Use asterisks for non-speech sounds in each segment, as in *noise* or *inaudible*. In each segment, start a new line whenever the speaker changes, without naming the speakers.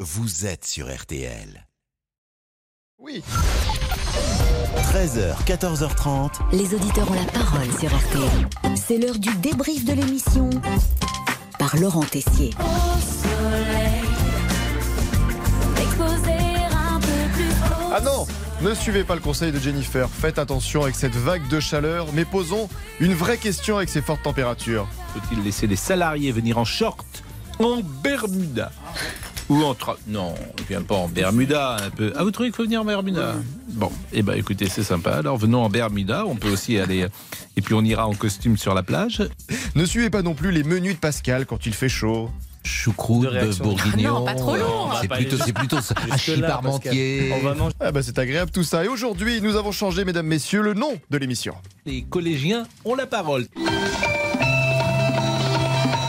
vous êtes sur RTL.
Oui.
13h, 14h30.
Les auditeurs ont la parole sur RTL. C'est l'heure du débrief de l'émission par Laurent Tessier.
Ah non Ne suivez pas le conseil de Jennifer. Faites attention avec cette vague de chaleur. Mais posons une vraie question avec ces fortes températures.
Faut-il laisser les salariés venir en short, en Bermuda ou en tra- non, on vient pas en Bermuda un peu. Ah vous trouvez qu'il faut venir en Bermuda Bon, eh ben écoutez, c'est sympa. Alors venons en Bermuda, on peut aussi aller et puis on ira en costume sur la plage.
Ne suivez pas non plus les menus de Pascal quand il fait chaud.
Choucroute,
De réaction.
Ah
bourguignon.
Non, pas
Euh,
trop lourd.
C'est plutôt, c'est plutôt ça. hachis
Jusque-là,
parmentier.
Pascal. On va manger.
Ah bah c'est agréable tout ça. Et aujourd'hui, nous avons changé, mesdames, messieurs, le nom de l'émission.
Les collégiens ont la parole.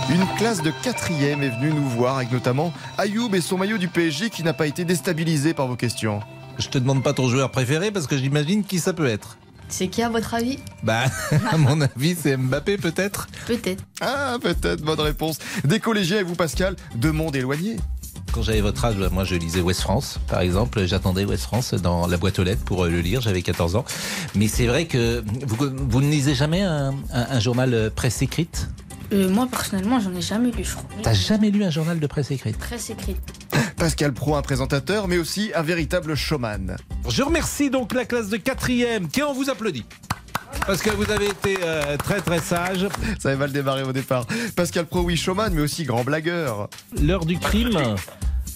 Une classe de quatrième est venue nous voir avec notamment Ayoub et son maillot du PSG qui n'a pas été déstabilisé par vos questions.
Je te demande pas ton joueur préféré parce que j'imagine qui ça peut être.
C'est qui à votre avis
Bah, *laughs* à mon avis, c'est Mbappé peut-être.
Peut-être.
Ah, peut-être, bonne réponse. Des collégiens et vous, Pascal, de monde éloigné.
Quand j'avais votre âge, moi je lisais West France, par exemple. J'attendais West France dans la boîte aux lettres pour euh, le lire. J'avais 14 ans. Mais c'est vrai que vous, vous ne lisez jamais un, un- un journal euh, presse écrite
Euh, moi personnellement, j'en ai jamais lu, je crois.
T'as jamais lu un journal de presse écrite
Presse écrite.
Pascal Pro, un présentateur, mais aussi un véritable showman.
Je remercie donc la classe de quatrième. Tiens, on vous applaudit. Parce que vous avez été euh, très très sage.
Ça avait mal démarré au départ. Pascal Pro, oui, showman, mais aussi grand blagueur.
L'heure du crime.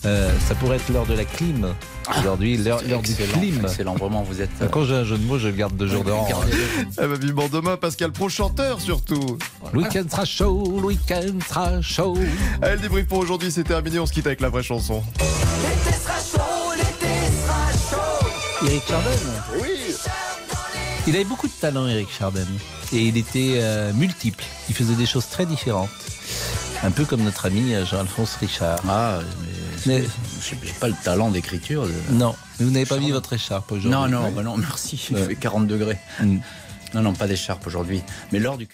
Euh, Ça pourrait être l'heure de la clim. Aujourd'hui, l'heure l'heure du
Excellent,
clim.
excellent, vraiment, vous êtes. euh,
Quand j'ai un jeu de mots, je le garde deux jours de rang.
Eh bah, vivement demain, Pascal Pro, chanteur surtout.
Week-end sera chaud, le week-end sera chaud.
Allez, le débrief pour aujourd'hui, c'est terminé. On se quitte avec la vraie chanson.
Eric Chardin Il avait beaucoup de talent, Eric Chardin. Et il était euh, multiple. Il faisait des choses très différentes. Un peu comme notre ami euh, Jean-Alphonse Richard.
Ah, mais.
Mais-
J'ai j'ai pas le talent d'écriture. de-
Non, mais vous n'avez pas mis votre écharpe aujourd'hui.
Non, non, bah non, merci. Il fait 40 degrés.
Mm.
Non, non, pas d'écharpe aujourd'hui. Mais l'heure du.